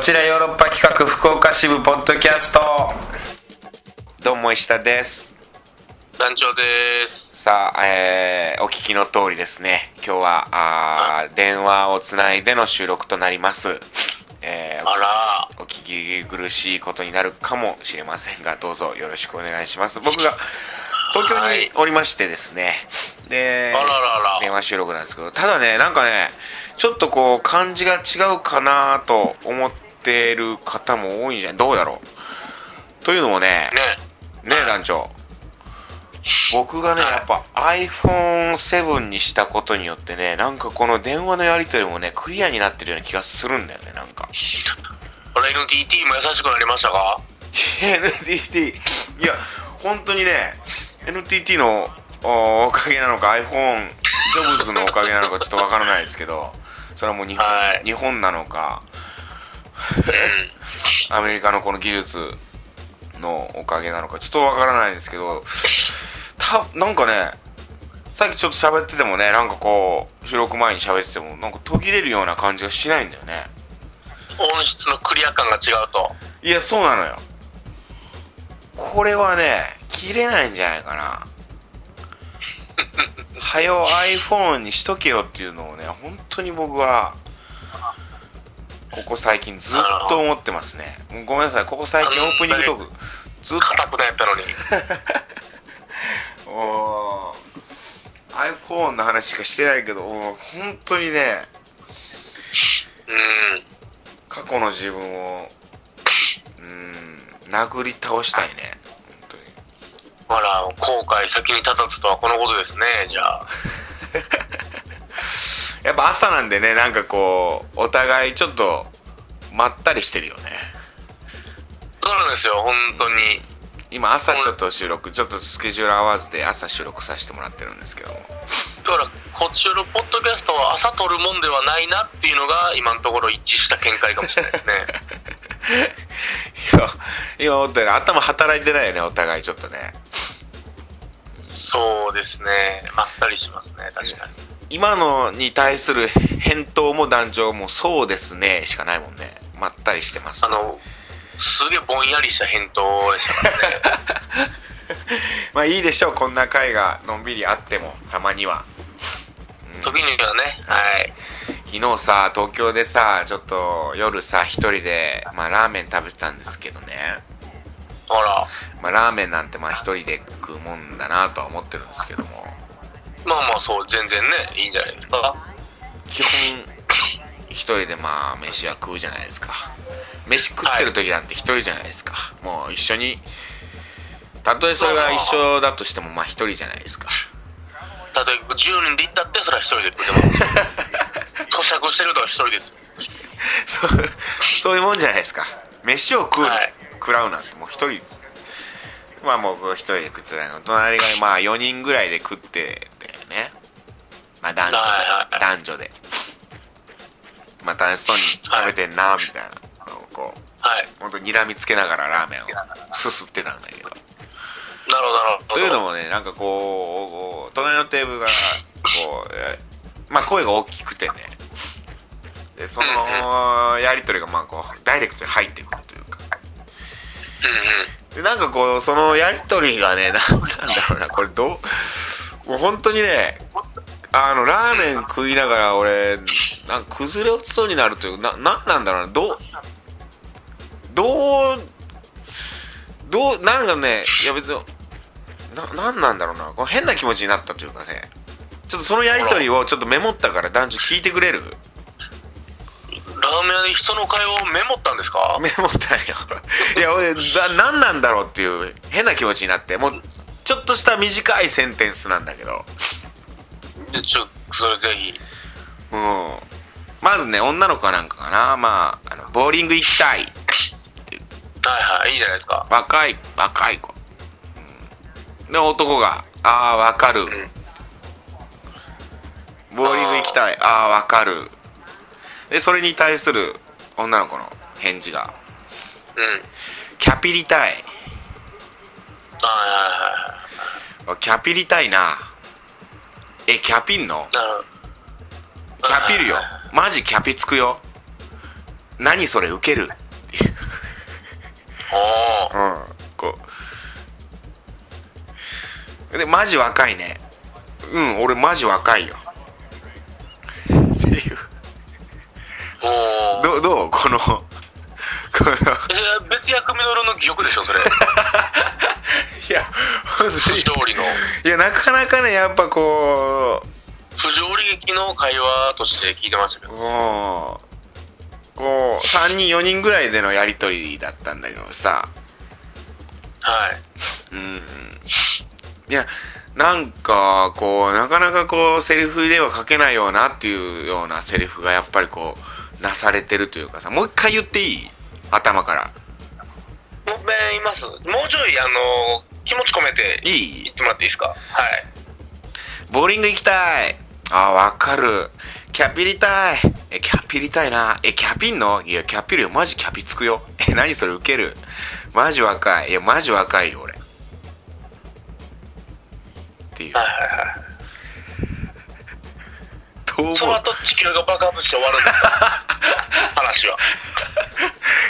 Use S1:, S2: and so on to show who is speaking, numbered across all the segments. S1: ちらヨーロッパ企画福岡支部ポッドキャストどうも石田です
S2: 団長です。
S1: さあ、えーお聞きの通りですね今日はあー電話をつないでの収録となります、えー
S2: あら、
S1: お聞き苦しいことになるかもしれませんがどうぞよろしくお願いします僕が東京におりましてですねで
S2: あららら
S1: 電話収録なんですけどただねなんかねちょっとこう感じが違うかなと思ってる方も多いんじゃないどうだろうというのもね
S2: ね。
S1: ねえ団長僕がね
S2: はい
S1: やっぱ iPhone7 にしたことによってねなんかこの電話のやり取りもねクリアになってるような気がするんだよねなんか
S2: 俺の DT も優しくなりましたか
S1: NTT いや本当にね NTT のおおかげなのか iPhone ジョブズのおかげなのかちょっとわからないですけどそれはもう日本,、
S2: はい
S1: 日本なのか
S2: うん。
S1: アメリカのこの技術のおかげなのかちょっとわからないですけどたなんかねさっきちょっと喋っててもねなんかこう収録前に喋っててもなんか途切れるような感じがしないんだよね
S2: 音質のクリア感が違うと。
S1: いやそうなのよこれはね切れないんじゃないかなはよ iPhone にしとけよっていうのをね本当に僕はここ最近ずっと思ってますねもうごめんなさいここ最近オープニングトークずっと
S2: 硬くなったのに。
S1: おー iPhone の話しかしてないけどおー本当にね
S2: うん。
S1: 過去の自分をうん殴り倒したいね本当に
S2: あら、後悔先に立たずとはこのことですね、じゃあ。
S1: やっぱ朝なんでねなんかこうお互いちょっとまったりしてるよね
S2: そうなんですよ、本当に。
S1: 今朝ちょっと収録ちょっとスケジュール合わずで朝収録させてもらってるんですけども
S2: だから、こっちのポッドキャストは朝撮るもんではないなっていうのが、今のところ一致した見解かもしれない ですね。
S1: いや今思ったより頭働いてないよねお互いちょっとね
S2: そうですね。あっさりしますね、確かに。
S1: 今のに対する返答も団長も「そうですね」しかないもんねまったりしてます
S2: あの、すげえぼんやりした返答でしたからね。
S1: まあいいでしょうこんな回がのんびりあってもたまには
S2: 時にはね、はい。
S1: 昨日さ東京でさちょっと夜さ一人で、まあ、ラーメン食べてたんですけどね
S2: ほら。
S1: まあ、ラーメンなんてまあ一人で食うもんだなとは思ってるんですけども
S2: まあまあそう、全然ね、いいんじゃないですか。
S1: 基本一人でまあ飯は食うじゃないですか飯食ってる時なんて一人じゃないですか、もう一緒にたとえそれが一緒だとしてもまあ一人じゃないですか
S2: たとえば10人で行ったって、それは一人で食 ってます。咀嚼してるとは一人です。
S1: そうそういうもんじゃないですか飯を食う、
S2: はい
S1: 食らうなんてもう一人まあもう僕一人で食ってたの隣がまあ4人ぐらいで食っててねまあ男女,、
S2: はいはい
S1: 男女でまあ楽しそうに食べてんなみたいなのをこう
S2: はい。
S1: 本当にらみつけながらラーメンをすすってたんだけど
S2: なるほど、なるほど。
S1: というのもねなんかこう隣のテーブルがこうえーまあ声が大きくてねでそのやり取りがまあこうダイレクトに入ってくるというか
S2: うんうん。
S1: でなんかこうそのやり取りがね なんなんだろうなこれどうもう本当にねあのラーメン食いながら俺なんか崩れ落ちそうになるというななんなんだろうなどうどうどうなんかねいや別にななんなんだろうなこう変な気持ちになったというかねちょっとそのやり取りをちょっとメモったから男女聞いてくれる
S2: ラーメン屋で人の会話をメモったんですか
S1: メモったんよいや俺だ何なんだろうっていう変な気持ちになってもうちょっとした短いセンテンスなんだけど、
S2: でちょ、それぜひ。
S1: うん、まずね女の子なんかかなまああのボーリング行きたい
S2: はいはい、いいじゃないですか。
S1: 若い若い子、うん、で男が「ああわかる」ボーリング行きたい」「ああわかる」でそれに対する女の子の返事が
S2: うん。
S1: 「キャピリたい」
S2: は
S1: あ「キャピリたいな」えキャピんの
S2: いはいはい。なるほど。
S1: キャピるよ
S2: はいはいはい
S1: マジキャピつくよ何それウケるっていう
S2: おー
S1: うんこうでマジ若いねうん俺マジ若いよっていう
S2: おー
S1: どうどうこのこの
S2: えー別役ミノルの記憶でしょそれ
S1: いや本当
S2: 不
S1: に
S2: 条 理の
S1: いやなかなかねやっぱこ
S2: 不条理劇の会話として聞いてましたけ
S1: う
S2: ど
S1: こうこう3人4人ぐらいでのやり取りだったんだけどさ
S2: はい
S1: うんいやなんかこうなかなかこうセリフでは書けないようなっていうようなセリフがやっぱりこうなされてるというかさもう一回言っていい頭から
S2: もう一遍言いますもうちょいあの気持ち込めて
S1: い
S2: 言
S1: い
S2: ってもらっていいですかはい
S1: ボーリング行きたいあーわかるキャピりたいえキャピりたいなえキャピんのいやキャピるよマジキャピつくよ え何それウケるマジ若いいやマジ若いよ俺っていう
S2: はいはいはい
S1: どう思
S2: その
S1: う
S2: 後地球が爆発して終わるんですか話 は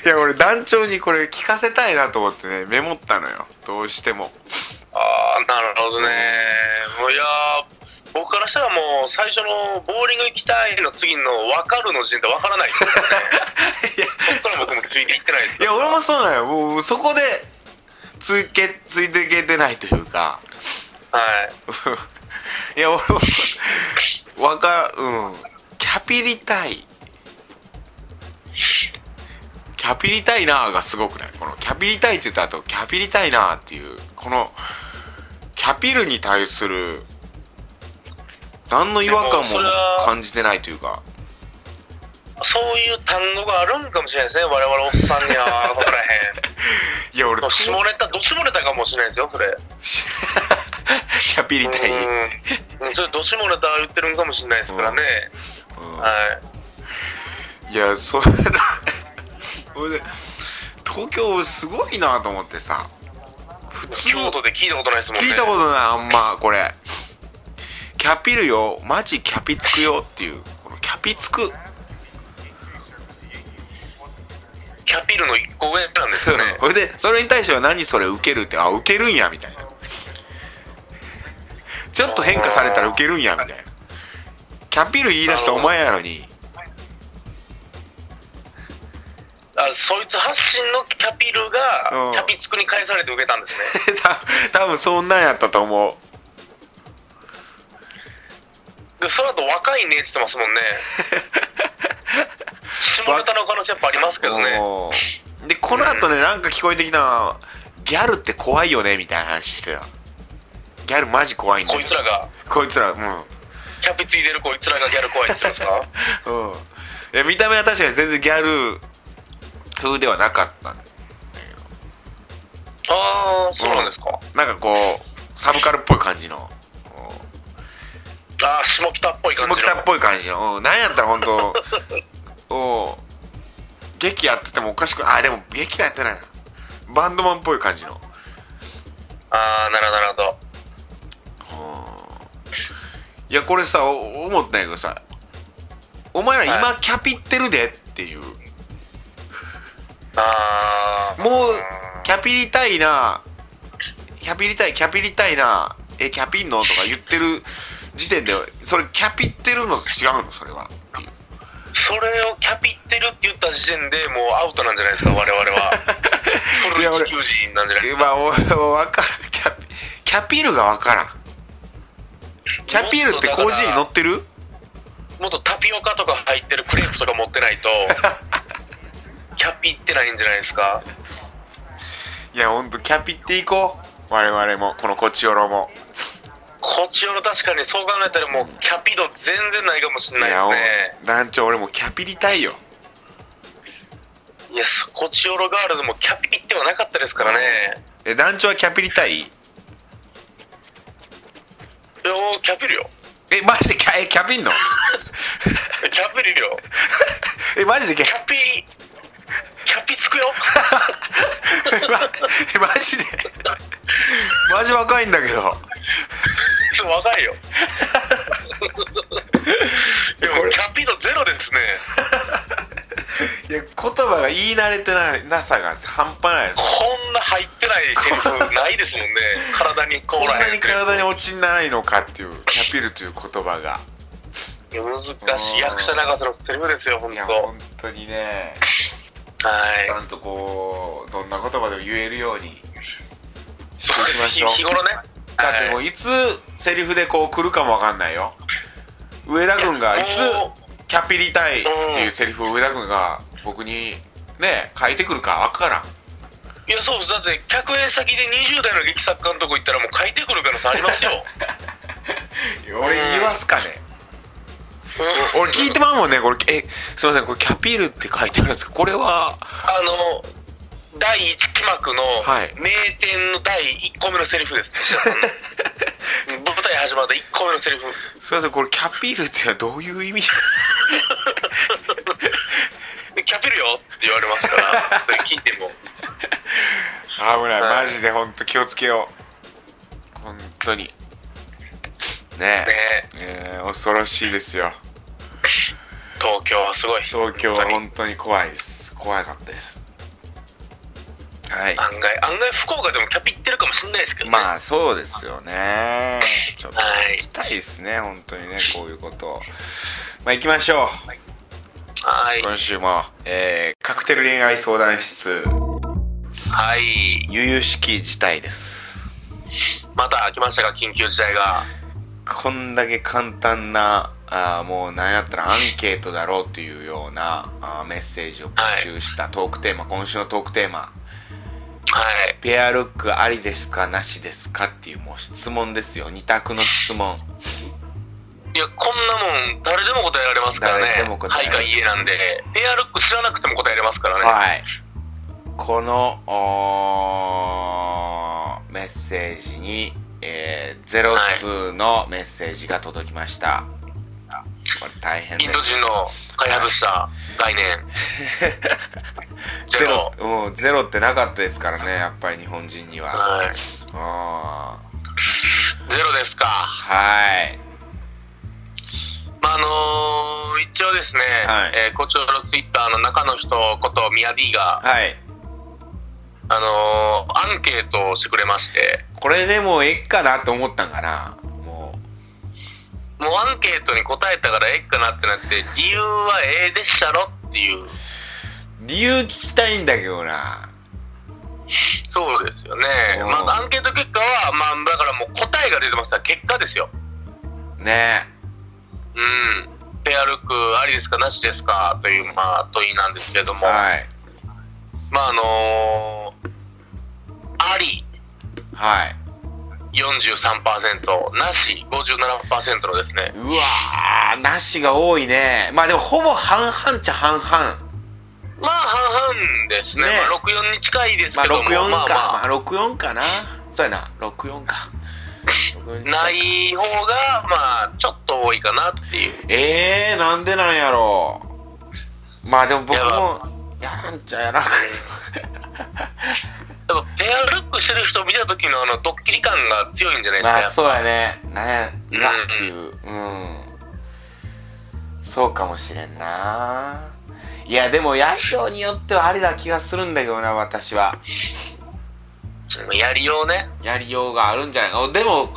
S2: い
S1: や俺団長にこれ聞かせたいなと思ってねメモったのよどうしても
S2: ああなるほどねもういやー僕からしたらもう最初の「ボーリング行きたい」の次の「分かる」の時点で分から ないですよねそっから僕もついていってないです
S1: いや俺もそうなのよもうそこでつけついていけてないというか
S2: はい
S1: いや俺もわかうんキャピリたいキャピリたいなーがすごくないこのキャピリたいって言った後キャピリたいなーっていうこのキャピるに対する何の違和感も感じてないというか
S2: そういう単語があるんかもしれないですね我々おっさんには分からへん
S1: いや俺
S2: もう下ネタど下ネタかもしれないですよそれう
S1: し キャピリたい、うん
S2: ーんそれど下ネタ言ってるんかもしれないですからね、はい
S1: いやそ れだそれで東京すごいなと思ってさ普通
S2: 京都で聞いたことないですもんね
S1: 聞いたことないあんまこれキャピるよマジキャピつくよっていうこのキャピつく
S2: キャピルの一個上なんです よね
S1: それでそれに対しては何それウケるってあウケるんやみたいなちょっと変化されたらウケるんやみたいなキャピる言い出したお前やの に
S2: あそいつ発信のキャピルが
S1: うん
S2: キャピツクに返されて受けたんですね
S1: た多分そんなんやったと思う
S2: でその後若いねって言ってま すもんね下ネタの可能性やっぱありますけどね
S1: おーでこの後ね、なんか聞こえてきたのはギャルって怖いよねみたいな話してたギャルマジ怖いんだ
S2: こ
S1: よ
S2: いつらが
S1: こいつらう
S2: キャピついてるこいつらがギャル怖いって言ってますか
S1: んうんいや見た目は確かに全然ギャル風ではなかった
S2: ああそうなんですか、
S1: なんかこうサブカルっぽい感じのうん
S2: ああ下北っぽい感
S1: 下
S2: じの
S1: 北っぽい感じのうんなんやったら本 当お劇やっててもおかしくあでも劇はやってないなバンドマンっぽい感じの
S2: ああなるほどなるほど
S1: いやこれさお思ったんやけどさお前ら今キャピってるでっていう、
S2: ああ
S1: もうキャピりたいなキャピりたいキャピりたいなえキャピんのとか言ってる時点でそれキャピってるのと違うのそれはっていう
S2: それをキャピってるって言った時点でもうアウトなんじゃないですか我々 は古
S1: いや俺
S2: い球児なんじゃないですか
S1: えまあ俺も分からんキャピキャピるが分からんキャピるって工事に乗ってる
S2: もっとタピオカとか入ってるクレープとか持って ないとキャピってないんじゃないですか
S1: いやほんとキャピっていこう我々もこのこちよろも
S2: こっちの確かにそう考えたらもうキャピ度全然ないかもしれない
S1: やお
S2: で
S1: 団長俺もうキャピりたいよ
S2: すねいやこっちのガールズもキャピってはなかったですからね
S1: え団長はキャピりたい
S2: いやキャピるよ
S1: えマジでキャえキャピんの
S2: キャピるよ
S1: えマジでキャ
S2: キャピキャピつくよ
S1: えまえ マジでマジ若いんだけど
S2: ちょっと若 いよで
S1: こ
S2: も
S1: れ
S2: キャピ度ゼロですね
S1: いや言葉が言い慣れてないなさが半端ないです
S2: こんな入ってないテンポないですもんね体にこ
S1: こん
S2: ら
S1: な
S2: へ
S1: に
S2: んい
S1: 体に落ちないのかっていうキャピルという言葉が
S2: や難しい役者長さのセリフですよ本
S1: い
S2: 当
S1: や本当にね
S2: はい
S1: ちゃんとこうどんな言葉でも言えるようにしていきまし
S2: 日
S1: ょう
S2: 頃ね
S1: だっても
S2: は
S1: う
S2: い
S1: いつセリフでこう来るかもわかんないよ上田君がい
S2: も
S1: つキャピりたいっていうセリフを上田君が僕にね書いてくるかわからん
S2: いやそうですだって客演先で20代の劇作家のとこ行ったらもう書いてくる可能性ありますよ
S1: 俺に言わすかね
S2: うん
S1: 俺聞いてまうもんねこれえすいませんこれキャピールって書いてあるんですかこれは
S2: あの第1期幕の
S1: はい
S2: 名店の第1個目のセリフ です、うん舞台始まった1個目のセリフ
S1: すいませんこれキャピールってのはどういう意味
S2: で「キャピるよ」って言われますからそれ聞いても
S1: 危ない
S2: はい
S1: マジで本当気をつけよう本当にねえ
S2: ね
S1: えー恐ろしいですよ
S2: 東京はすごい
S1: 東京は
S2: 本
S1: 本当に怖いです怖かったですはい
S2: 当に案外案外福岡でもキャピってるかもしれないですけどね、
S1: まあそうですよねちょっと
S2: はい
S1: 行きたいですね本当にねこういうことをまあ行きましょう
S2: はい
S1: 今週も、えーカクテル恋愛相談室
S2: はい
S1: 悠々しき事態です
S2: また来ましたが緊急事態が
S1: こんだけ簡単なあーもう何やったらアンケートだろうというようなあーメッセージを募集したトークテーマ、今週のトークテーマ
S2: はい
S1: 「ペアルックありですかなしですか?」っていうもう質問ですよ二択の質問
S2: いや、こんなもん、誰でも答えられますからね。
S1: 誰でも答えられる
S2: はいか家なんで、ペアルック知らなくても答えられますからね。
S1: はいこのおーメッセージに、えー、ゼロツーのメッセージが届きました、これ大変
S2: イ
S1: で
S2: ン
S1: す
S2: ド人の開発した概念。
S1: ゼ
S2: ゼ
S1: ロ
S2: ロ
S1: うんゼロってなかったですからねやっぱり日本人には
S2: はい。
S1: うんは
S2: ゼロですか。
S1: い
S2: まあ、あのー一応ですね、
S1: はい
S2: えーこちらのツイッターの中の人こと、ミヤ D が、
S1: はい
S2: あのーアンケートをしてくれまして、
S1: これでもうええかなと思ったんかなも
S2: もうアンケートに答えたからええかなってなって、理由はええでっしゃろっていう、
S1: う理由聞きたいんだけどな
S2: そうですよね
S1: う。ん
S2: まあ、アンケート結果は、まあ、だからもう答えが出てますから、結果ですよ。
S1: ね
S2: うん、ペアルックありですか、なしですかという、まあ、問いなんですけども、
S1: はい
S2: まあ、あのーあり
S1: はい
S2: 43%、なし57%のですね、
S1: うわーなしが多いねまあでもほぼ半々っちゃ半々
S2: まあ、半々ですね、
S1: ね
S2: まあ、64に近いですけ
S1: まあ
S2: ども、
S1: 64か
S2: まあ
S1: ま
S2: まあ
S1: あ64かなそうやな64か64
S2: ない方が、まあ、ちょっと多いかなっていう、
S1: えー、なんでなんやろうまあでも僕
S2: や
S1: も
S2: ば
S1: やらんちゃやらん
S2: やっぱペアルックしてる人を見た時のあのドッキリ感が強いんじゃない
S1: まあ
S2: ですか、
S1: そうやねなんやうわっていううんそうかもしれんないやでもやりようによってはありだ気がするんだけどな私は
S2: やりようね、
S1: やりようがあるんじゃないかでも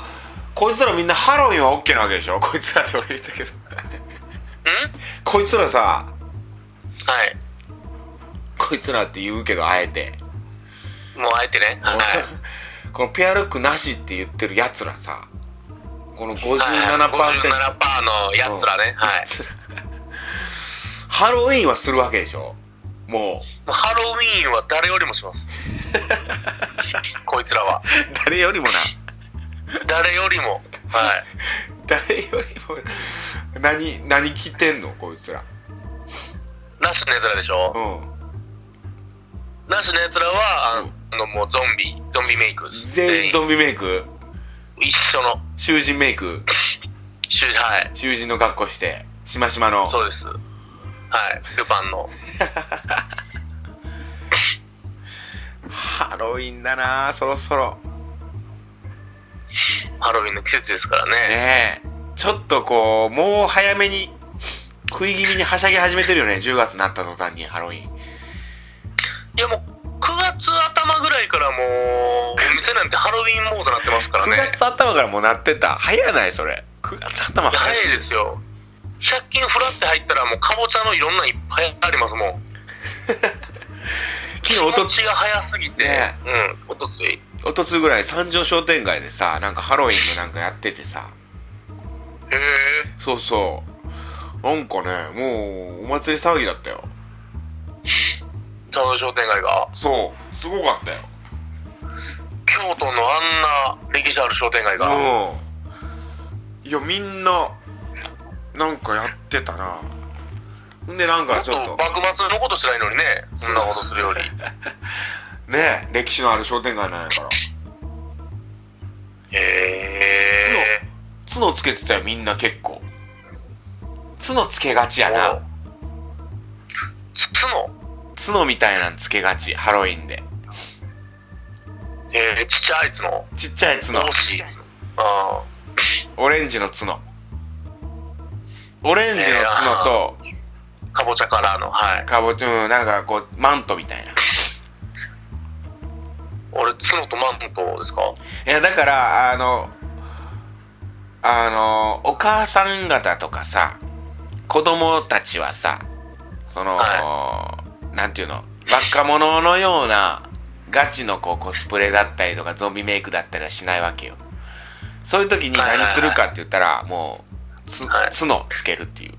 S1: こいつらみんなハロウィンは OK なわけでしょこいつらって俺言ったけど
S2: うん
S1: こいつらさ
S2: はい、
S1: こいつらって言うけどあえて
S2: もうあえてね、はい、
S1: このペアルックなしって言ってるやつらさこの57%、
S2: 57%のやつらね、はい、
S1: ハロウィーンはするわけでしょも
S2: もうハロウィーンは誰よりもします こいつらは
S1: う誰よりもな
S2: 誰よりもはい
S1: 誰よりも何何着てんのこいつら
S2: なしのやつらでしょ
S1: う
S2: なしのやつらはあ
S1: うん
S2: あのもうゾンビゾンビメイク
S1: ん全員ゾンビメイク
S2: 一緒の
S1: 囚人メイク
S2: しゅはい
S1: 囚人の格好してしましまの
S2: そうですはいルパンの
S1: ハロウィンだなそろそろ
S2: ハロウィンの季節ですからね
S1: ねえちょっとこうもう早めに食い気味にはしゃぎ始めてるよね10月になった途端にハロウィン
S2: ウィンモードになってますから
S1: 9
S2: ね。
S1: 月頭からもうなってた早ないそれ9月頭
S2: 早
S1: 早い
S2: いですよ。借金フラって入ったら、もうかぼちゃのいろんなんいっぱいありますもん。
S1: 昨日
S2: 気
S1: おと
S2: 持ちが早すぎて、
S1: ね
S2: うん、おとつい。
S1: おとつぐらい三条商店街でさなんかハロウィンのなんかやっててさ
S2: へえ。
S1: そうそうなんかねもうお祭り騒ぎだったよ
S2: 茶の商店街が、
S1: そうすごかったよ
S2: 京都のあんな歴史ある商店街が、
S1: うんいやみんななんかやってたなほんでなん
S2: も
S1: か
S2: っ
S1: ち
S2: と
S1: ょっと
S2: 幕末のことしないのにね、そんなことするより。
S1: ね歴史のある商店街なんやから
S2: へえ。
S1: 角つけてたよみんな結構角つけがちやな
S2: つつの
S1: 角みたいなんつけがちハロウィンで
S2: えー、ちっちゃいやつの
S1: ちっちゃい角
S2: 大きいやつあ
S1: オレンジの角オレンジの角と
S2: あかぼちゃカラーのはい
S1: かぼちゃうんなんかこうマントみたいな
S2: 俺角とマントですか
S1: いやだからあのあのお母さん方とかさ子供たちはさその、なんていうの若者のようなガチのこうコスプレだったりとかゾンビメイクだったりはしないわけよそういう時に
S2: はいはいは
S1: 何
S2: い
S1: するかって言ったら、もうつ
S2: はい
S1: 角つけるっていう、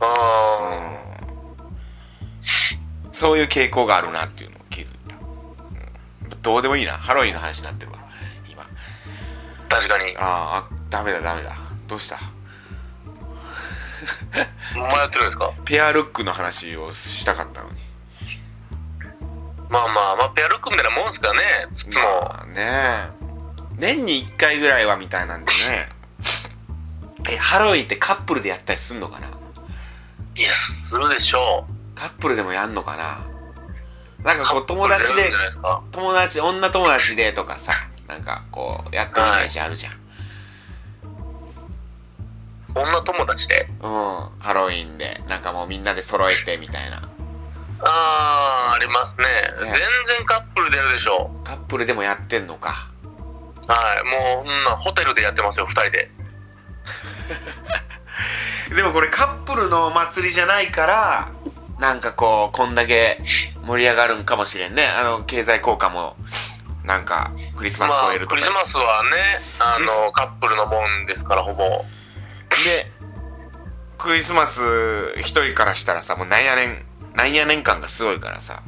S2: あ
S1: うんそういう傾向があるなっていうのを気づいた、うんどうでもいいなハロウィンの話になってるわ今
S2: あ確かに
S1: あーあダメだダメだどうした
S2: 迷ってるんですか
S1: ペアルックの話をしたかったのに
S2: まあまあまあペアルックみたいなもんですからねつも、
S1: まあね年に1回ぐらいはみたいなんでねえハロウィンってカップルでやったりすんのかない
S2: やするでしょう
S1: カップルでもやんのかななんかこう友
S2: これ
S1: 達
S2: 出る
S1: で
S2: んじゃないですか
S1: 友達女友達でとかさなんかこうやってるイメージあるじゃん、
S2: 女友達で
S1: うんハロウィンでなんかもうみんなで揃えてみたいな
S2: ああありますね
S1: ね
S2: 全然カップル出るでしょう
S1: カップルでもやってんのか
S2: はいもうそんなホテルでやってますよ二人で
S1: でもこれカップルのお祭りじゃないからなんかこうこんだけ盛り上がるんかもしれんねあの経済効果もなんかクリスマス超えるとか、
S2: クリスマスはねあのカップルのもんですからほぼ
S1: でクリスマス一人からしたらさもうなんやねんなんやねん感がすごいからさ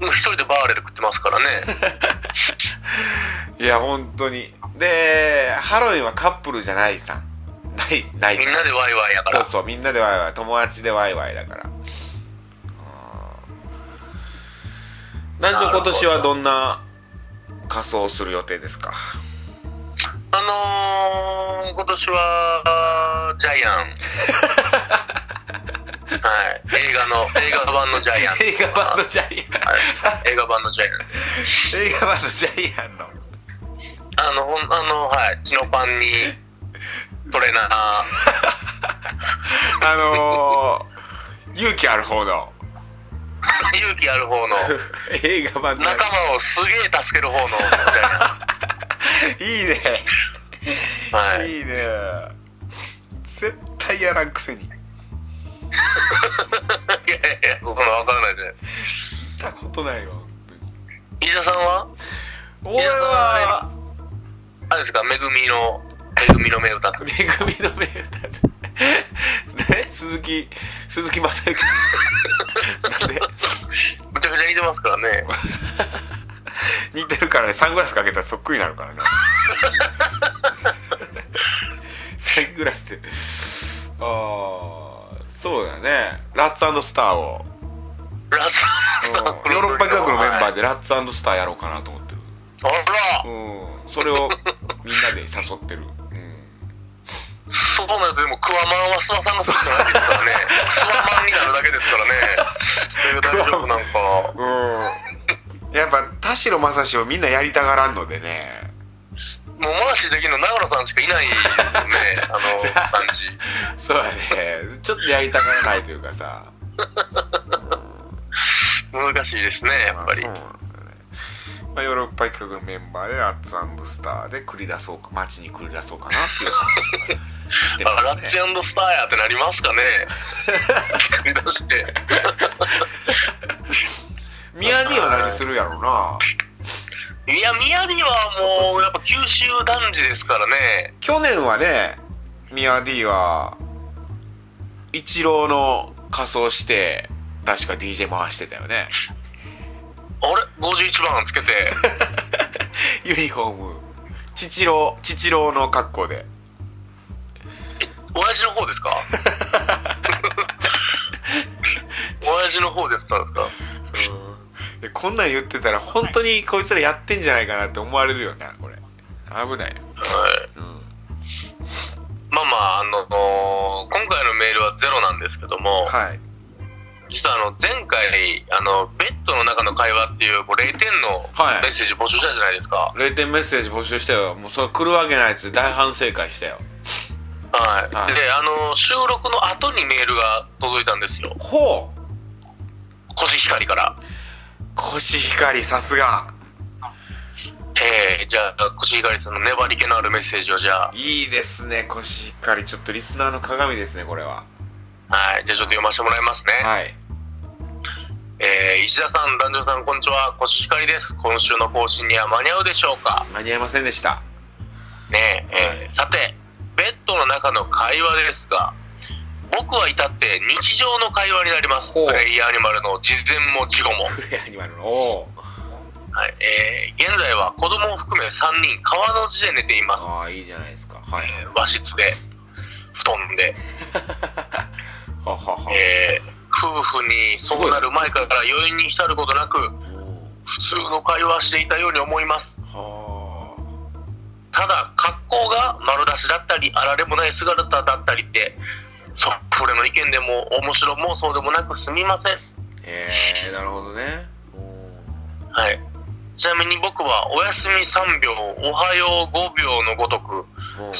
S2: もう一人でバーレル食ってます からね
S1: いや本当にでハロウィンはカップルじゃないさないないさ
S2: みんなでワイワイやか
S1: そう
S2: ら
S1: そうみんなでワイワイ友達でワイワイだからなんじゃ今年はどんな仮装をする予定ですか
S2: あのー、今年はジャ イアンはい映画の映画版のジャイアン
S1: 映画版のジャイ
S2: はい
S1: ア
S2: 映画版のジャイアン
S1: ン映画版のジャイアンの
S2: あのほんあのはいチノパンにトレーナー
S1: あのー、勇気ある方の
S2: 勇気ある方の
S1: 映画版の
S2: 仲間をすげえ助ける方のジ
S1: いいね、
S2: ャイアンはい
S1: いいね絶対やらんくせに見
S2: いやいやいや、僕の分からないで
S1: たことないよ本当に
S2: す。飯田さんは
S1: 俺は
S2: あれですか、めぐみの、めぐみの目歌って。
S1: めぐみの名歌でね鈴木鈴木雅之なんで
S2: めちゃくちゃ似てますからね。
S1: 似てるからねサングラスかけたらそっくりになるからねサングラスってああそうだねラッツスターを、
S2: ラ
S1: うん
S2: ス
S1: ヨーロッパ企画のメンバー
S2: で。
S1: でラッツスターやろうかなと思ってる、
S2: あ
S1: う
S2: ら、
S1: ん、それをみんなで誘ってる、うん
S2: そうなんですでも、クワマンは諏訪さんのことじゃないですからね。クワマンになるだけですからね。そういう大丈夫なんか。
S1: うん、やっぱ田代正史をみんなやりたがらんのでね
S2: もう、マーシーできるの、長野さんしかいないですよね。あの、感じ。
S1: そうだねちょっとやりたがらないというかさ
S2: 難しいですね、やっぱり。
S1: まあそうなんだよね
S2: は
S1: まあ、ヨーロッパ企画のメンバーでラッツスターで繰り出そうか街に繰り出そうかなっていう話をして
S2: あ
S1: ま
S2: ラ
S1: す
S2: ッチ
S1: ね
S2: スターやってなりますかね繰り出して
S1: 宮 D は何するやろうない
S2: や宮城はもうやっぱ九州男児ですからね
S1: 去年はね宮 D は一郎の仮装して確か DJ 回してたよね
S2: あれ51番つけて
S1: ユニフォーム父郎父郎の格好で
S2: 親父の方ですか親父の方でやったんですか
S1: でこんなん言ってたら本当にこいつらやってんじゃないかなって思われるよなこれ危ないよ
S2: はいまあまああの今回のメールはゼロなんですけども、
S1: はい
S2: 実はあの前回あのベッドの中の会話っていうこう0点の
S1: はい
S2: メッセージ募集したじゃないですか、
S1: 0点メッセージ募集したよもうそれ来るわけないっつって大反省会したよ
S2: はい、
S1: はい
S2: であの収録の後にメールが届いたんですよ
S1: ほう
S2: コシヒカリから
S1: コシヒカリさすが
S2: えー、じゃあコシヒカリさんの粘り気のあるメッセージをじゃあ
S1: いいですねコシヒカリちょっとリスナーの鏡ですねこれは
S2: はいじゃあちょっと読ませてもらいますね、
S1: はい
S2: えー、石田さん男女さんこんにちはコシヒカリです今週の更新には間に合うでしょうか
S1: 間に合いませんでした
S2: ねええーさてベッドの中の会話ですが僕は至って日常の会話になります
S1: ほう
S2: プレイヤーアニマルの事前も事後も
S1: クレアニマルのおー
S2: はい、えー現在は子供を含め3人川の字で寝ています
S1: ああいいじゃないですかはい
S2: えー和室で布団で、
S1: ははは、
S2: えー夫婦にそうなる前から余韻に浸ることなく普通の会話をしていたように思います
S1: おーは
S2: ただ格好が丸出しだったりあられもない姿だったりってそそれの意見でも面白妄想でもなくすみません
S1: あえー、なるほどねおー
S2: はいちなみに僕はお休み3秒おはよう5秒のごと
S1: う
S2: く
S1: ん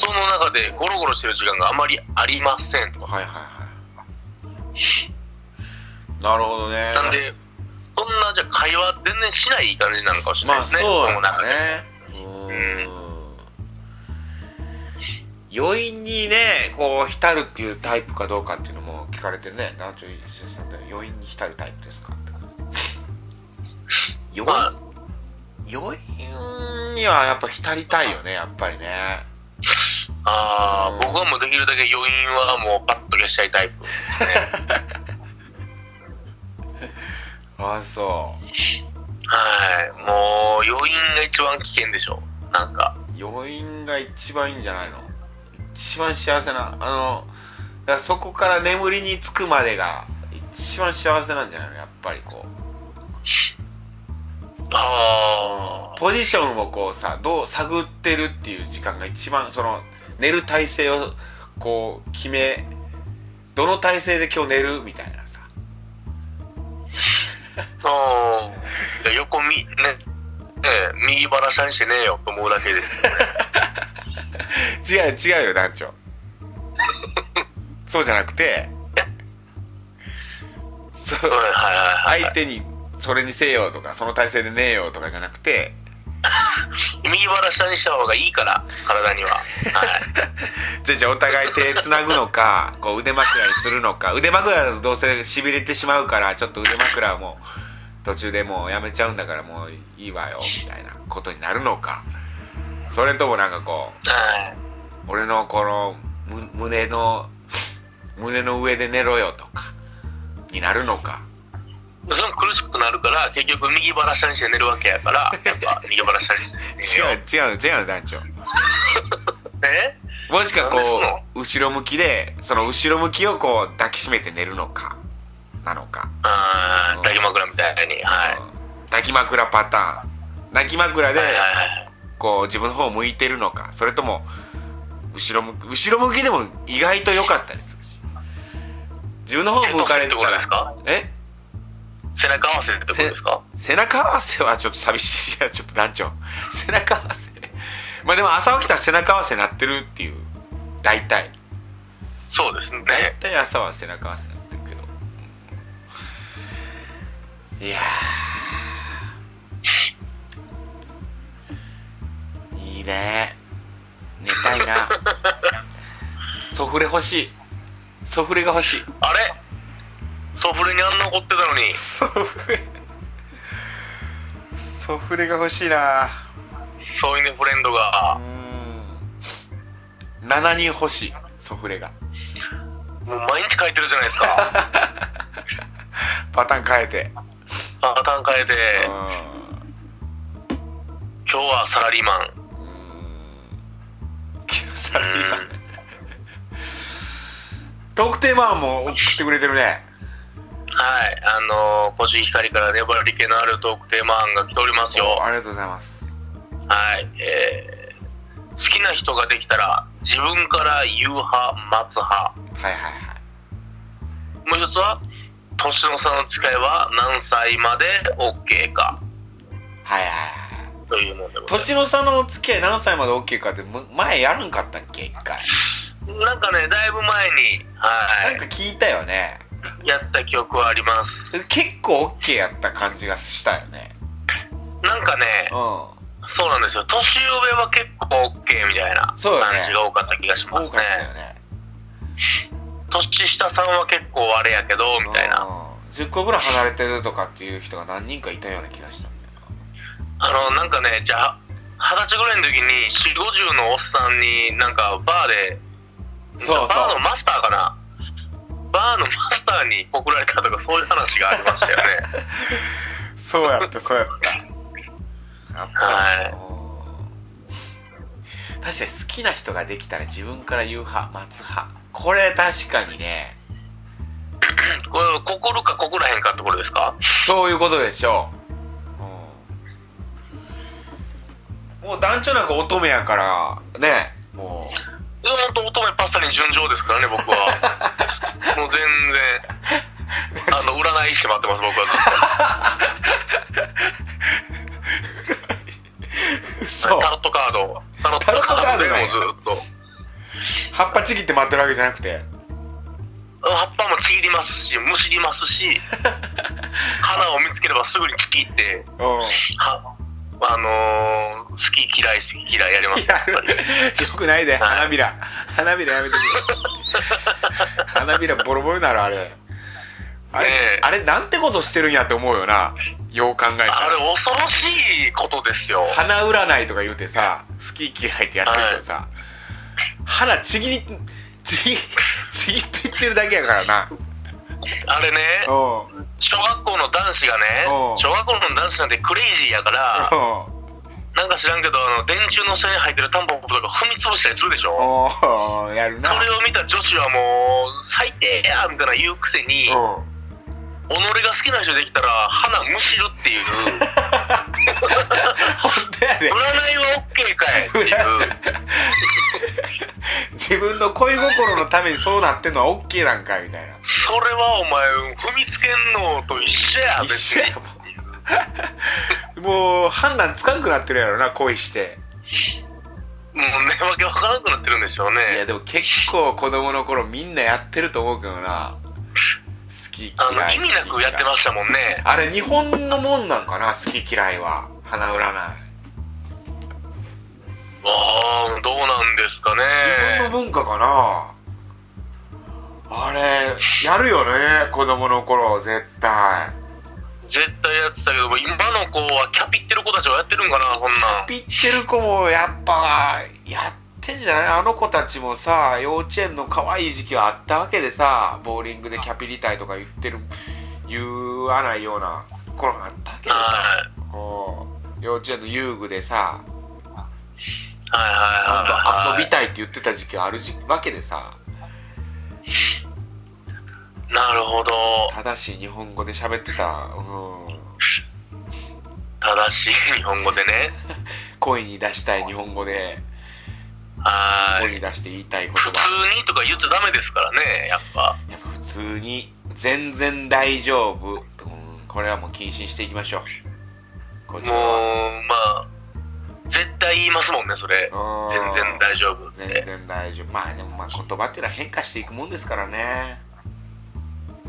S2: その中でゴロゴロしてる時間があまりありません
S1: はいはいはいなるほどね
S2: なんで、そんなじゃあ会話全然しない感じなのかもしれな
S1: ま
S2: いで
S1: あ
S2: すね。
S1: そうなん
S2: この中
S1: だ
S2: で
S1: ねうーん余韻にねこう浸るっていうタイプかどうかっていうのも聞かれてるね団長石田さんで余韻に浸るタイプですかって感じ余韻、
S2: まあ
S1: 余韻にはやっぱ浸りたいよねやっぱりね
S2: あ
S1: う
S2: あ
S1: ん、
S2: 僕はもうできるだけ余韻はもうパッと消したいタイプ。
S1: ああそう
S2: はい。もう余韻が一番危険でしょ。なんか。
S1: 余韻が一番いいんじゃないの一番幸せなあのだからそこから眠りにつくまでが一番幸せなんじゃないのやっぱりこう
S2: ああ。
S1: ポジションをこうさどう探ってるっていう時間が一番その寝る体勢をこう決めどの体勢で今日寝るみたいなさ
S2: そう。いや横み、ね。ね右バラシャにしてねえよと思うだけです。
S1: 違う違うよ団長そうじゃなくてそう
S2: はいはいはい、は
S1: 相
S2: い。
S1: 手にそれにせよとかその体勢で寝よとかじゃなくて
S2: 右バラシャにした方がいいから、体には。はい。
S1: じゃあじゃあお互い手つなぐのかこう腕枕にするのか腕枕だとどうせしびれてしまうからちょっと腕枕はもう途中でもうやめちゃうんだからもういいわよみたいなことになるのかそれともなんかこ
S2: はい。
S1: う俺のこのむ胸の胸の上で寝ろよとかになるのか
S2: それも苦しくなるから、結局右バラシャにして寝るわけやから、やっぱ右バラシャにして
S1: 違
S2: 寝
S1: う
S2: よう。
S1: 違う違う団長
S2: え
S1: もしかこ
S2: なんでそう
S1: 後ろ向きでその後ろ向きをこう抱きしめて寝るのかなのか
S2: あー抱き枕みたいに、はい。
S1: 抱き枕パターン抱き枕で
S2: はいはいはい。
S1: こう自分の方を向いてるのかそれとも後ろ向き後ろ向きでも意外と良かったりするし自分の方を向かれてた
S2: えっ
S1: ら
S2: と
S1: え
S2: 背中合わせってことですか
S1: 背中合わせはちょっと寂しいいやちょっと団長背中合わせまあでも朝起きたら背中合わせなってるっていう大体
S2: そうですね。
S1: 大体朝は背中合わせになってるけどいやーフレ欲しいソフレが欲しい
S2: あれソフレにあんな怒ってたのに
S1: ソフレソフレが欲しいな
S2: そういうねフレンドが
S1: うん7人欲しいソフレが
S2: もう毎日書いてるじゃないで すか
S1: パターン変えて
S2: パターン変えて
S1: う
S2: 今日はサラリーマン
S1: んうん急サラリーマン
S2: うん
S1: 特定マンも送ってくれてるね
S2: はいあのー、コシヒカリから粘り気のあるトークテーマ案が来ておりますよ
S1: おありがとうございます
S2: はい、えー、好きな人ができたら自分から言う派待つ派
S1: はいはいはい
S2: もう一つは年の差の誓いは何歳まで OK か
S1: はいはいはい
S2: というもんでございます
S1: 年の差のお付き合い何歳まで OK かってむ前やるんかったっけ一回
S2: なんかねだいぶ前には
S1: なんか聞いたよね
S2: いやった記憶はあります
S1: 結構 OK やった感じがしたよね
S2: なんかね
S1: うん
S2: そうなんですよ年上は結構 OK みたいな
S1: そうだね
S2: 感じが多かった気がしま
S1: 多
S2: すね
S1: かったよね
S2: 年下さんは結構あれやけどみたいな
S1: うん10個ぐらい離れてるとかっていう人が何人かいたような気がしたんだよ
S2: あのなんかねじゃあ二十歳ぐらいの時に4 5 0のおっさんになんかバーで
S1: そうそう
S2: バーのマスターかなバーのマスターに告られたとかそういう話がありました よね
S1: なそうやったそうやったあった
S2: はい
S1: うん確かに好きな人ができたら自分から言う派待つ派これ確かにね
S2: これ告るか告らへんかってことですか
S1: そういうことでしょう、うん、もう団長なんか乙女やからねも
S2: でも本当乙女パスタに順調ですからね僕はもう全 然あの占い師待ってます僕はずっと
S1: う嘘
S2: タロットカードタロッ
S1: タロットカード
S2: で
S1: ね
S2: もうずっと
S1: 葉っぱちぎって待ってるわけじゃなくて
S2: 葉っぱもちぎりますしむしりま すし花を見つければすぐにちぎって
S1: う
S2: はあのー、好き嫌い好き嫌いやりま
S1: ん
S2: す
S1: や
S2: やっぱり
S1: るよくないで花びら花びらやめてくれ花びらボロボロになるあれあれ、
S2: ねえ
S1: あれなんてことしてるんやって思うよなよう考えた
S2: あれ
S1: ら
S2: 恐ろしいことですよ
S1: 花占いとか言うてさ好き嫌いってやってるけどさ、花ちぎりちぎちぎっていってるだけやからな
S2: あれね
S1: うん
S2: 小学校の男子がね
S1: おう
S2: 小学校の男子なんてクレイジーやから
S1: う
S2: なんか知らんけどあの電柱の線入ってるタンポポとか踏み潰したりするでし
S1: ん
S2: ょ
S1: おーやる
S2: そ
S1: な
S2: れを見た女子はもう最低やみたいな言うくせに
S1: うん
S2: 己が好きな人できたら花むしるっ ていう
S1: 本当やで
S2: 占いは OK かいっていう
S1: 自分の恋心のためにそうなってんのはオッケーなんかみたいな
S2: それはお前踏みつけんのと一緒や
S1: 一
S2: 別
S1: 緒
S2: に
S1: やもん もう判断つかんくなってるやろな恋して
S2: もうねわけわからなくなってるんでしょう
S1: いや
S2: ね
S1: でも結構子供の頃みんなやってると思うけどな好き嫌
S2: あの
S1: い
S2: 意味なくやってま
S1: 好き嫌い
S2: したもんね
S1: あれ日本のもんなんかな好き嫌いは花占い
S2: ああどうなんですか
S1: 日本の
S2: ね
S1: 文化かなあれやるよね子供の頃絶対
S2: 絶対やってたけど今の子はキャピってる子たちはやってるんかなそんなん
S1: ピッてる子もやっぱやってんじゃないあの子たちもさ幼稚園の可愛い時期はあったわけでさボーリングでキャピリたいとか言ってる言わないような頃があったわけでさ
S2: はい
S1: こう幼稚園の遊具でさ
S2: はい
S1: ちゃん
S2: はい
S1: と
S2: はい
S1: 遊びたいって言ってた時期はあるじわけでさ
S2: なるほど
S1: 正しい日本語で喋ってた、うん、
S2: 正しい日本語でね
S1: 声に出したい日本語で
S2: は
S1: 声
S2: い
S1: に出して言いたい言
S2: 普通
S1: 葉
S2: にとか言っちゃダメですからねやっぱ
S1: やっぱ普通に全然大丈夫、うん、これはもう謹慎していきましょうこち
S2: も
S1: らは
S2: うまあ絶対言いますもんねそれ全
S1: うん
S2: 然大丈夫って
S1: 全然大丈夫まあでもまあ言葉っていうのは変化していくもんですからね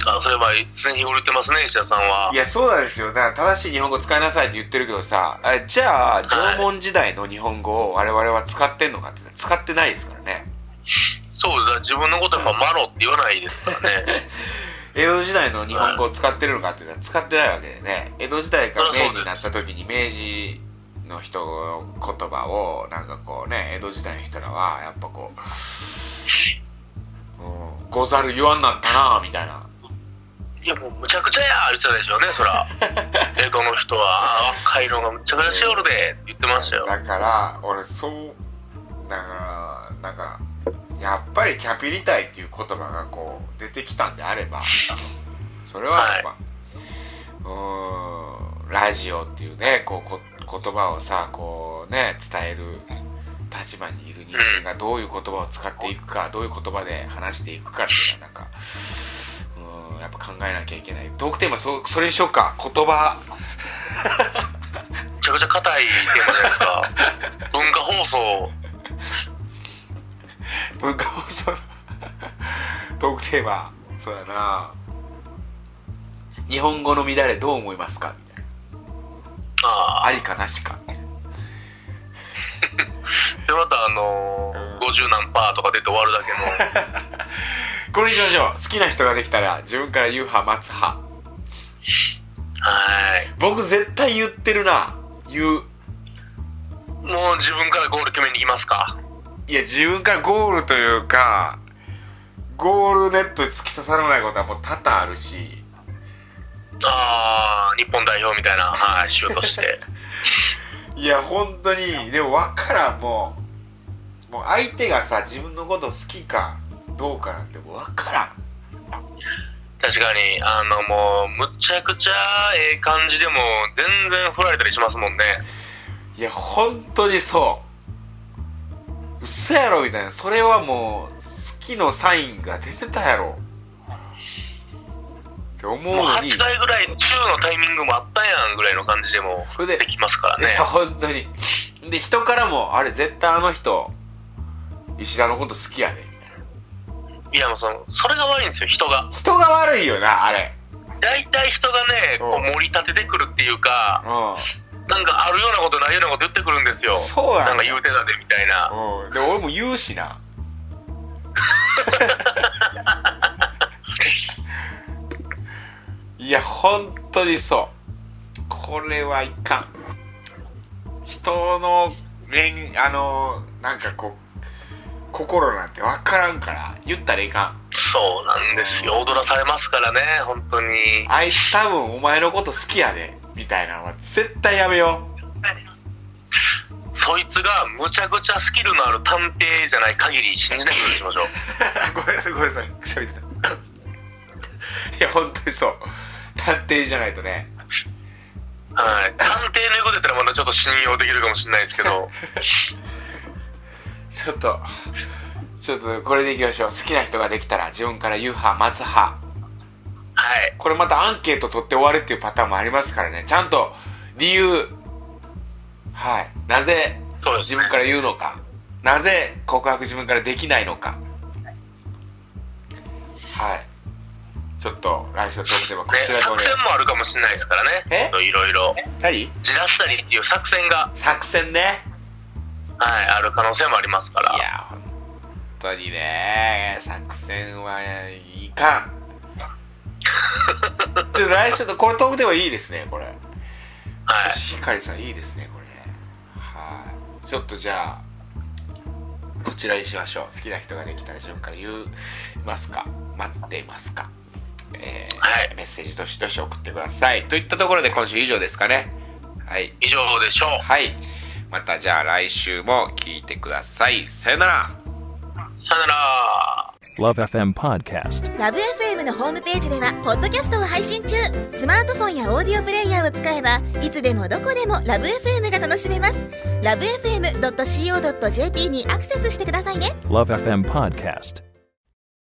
S2: あそういえば常日頃言ってますね石田さんはい
S1: やそうなんですよだから正しい日本語使いなさいって言ってるけどさえじゃあ縄文時代の日本語を我々は使ってんのかって言ったら使ってないですからね
S2: そそうだ、自分のことやっぱマロって言わないですからね。
S1: 江戸時代の日本語を使ってるのかって言ったら使ってないわけでね江戸時代から明治になった時に明治の人の言葉をなんかこうね江戸時代の人らはやっぱこう「うん、ござる言わんなったな」みたいない
S2: や、もうむちゃくちゃや言ってたでしょうね、そら。江戸の人は、あー若いのがむちゃくちゃしおるでって言ってましたよ。
S1: だから俺そうだからなんかやっぱりキャピリタイっていう言葉がこう出てきたんであればそれはやっぱ、うーんラジオっていうねこうこ言葉をさこうね伝える立場にいる人間がどういう言葉を使っていくかどういう言葉で話していくかっていうのはなんかうーんやっぱ考えなきゃいけないトークテーマそそれにしようか言葉
S2: めちゃくちゃ硬いテーマじ ゃないですか。文化放送、
S1: 文化放送のトークテーマそうやな日本語の乱れどう思いますかみたいな
S2: ああ。
S1: ありかなしか
S2: で、またあのー、50何パーとか出て終わるだけの。
S1: これにしましょう好きな人ができたら自分から言う派待つ派
S2: はい。
S1: 僕絶対言ってるな言う
S2: もう自分からゴール決めに行きますか。
S1: いや自分からゴールというかゴールネットに突き刺さらないことはもう多々あるし
S2: ああ、日本代表みたいな、はい、仕事 して。
S1: いや本当にでも分からんもうもう相手がさ自分のこと好きかどうかなんて分からん
S2: 確かに、あの、もう、むちゃくちゃええ感じでも、全然振られたりしますもんね。
S1: いや本当にそう嘘やろみたいなそれはもう好きのサインが出てたやろって思う
S2: もう
S1: のに
S2: 8回ぐらい、中のタイミングもあったやんぐらいの感じでも
S1: それ、で
S2: できますから
S1: い
S2: ね。
S1: や本当にで人からもあれ絶対あの人石田のこと好きやねみたい
S2: いや、もうその、それが悪いんですよ、人が
S1: な。人が悪いよなあれ
S2: 大体人がね、こう
S1: うん
S2: 盛り立ててくるっていうか、
S1: う
S2: なんかあるようなことないようなこと言ってくるんですよ。
S1: そうやん
S2: なんか言うてたで、みたいな。
S1: ん、うん、で俺も言うしないや本当にそうこれはいかん人の恋あのなんかこう心なんて分からんから言ったらいかん
S2: そうなんですよ。踊らされますからね、本当に。
S1: あいつ多分お前のこと好きやでみたいなのは絶対やめよ
S2: そいつがむちゃくちゃスキルのある探偵じゃない限り信じないようにしましょう。
S1: う ごめんなさいごめんなさいくしゃみ出たいや本当にそう探偵じゃないとね
S2: はい。探偵の言うことやったらまだちょっと信用できるかもしれないですけ ど、
S1: ちょっとちょっとこれでいきましょう好きな人ができたら自分から言う派待つ派
S2: はい。
S1: これまたアンケート取って終わるっていうパターンもありますからねちゃんと理由はいなぜ
S2: そうです
S1: 自
S2: ね
S1: 分。から言うのかなぜ告白自分からできないのかはいちょっと来週のトークテーマこ
S2: ね、
S1: ちらでお願いし
S2: 作
S1: ます
S2: 戦もあるかもしれないですから
S1: え
S2: ね。いろいろ。
S1: 何
S2: じらしたりっていう作戦が、
S1: 作戦ね
S2: はい、ある可能性もありますか
S1: い
S2: ら。
S1: や本当にね作戦はい かんちょっと来週のこれトークテーマいいですねこれ
S2: はい。
S1: ひかりさんいいですねこれはいちょっとじゃあこちらにしましょう好きな人ができたら自分から言いますか待っていますかえー
S2: はい
S1: メッセージどしどし送ってくださいといったところで今週以上ですかねはい
S2: 以上でしょ
S1: はいまたじゃあ来週も聞いてくださいさよなら
S2: う。さよなら。
S3: Love FM Podcast.
S4: ラブ f m のホームページではポッドキャストを配信中スマートフォンやオーディオプレイヤーを使えばいつでもどこでもラブ f m が楽しめますラブ FM.co.jp にアクセスしてくださいね
S3: Love FM Podcast.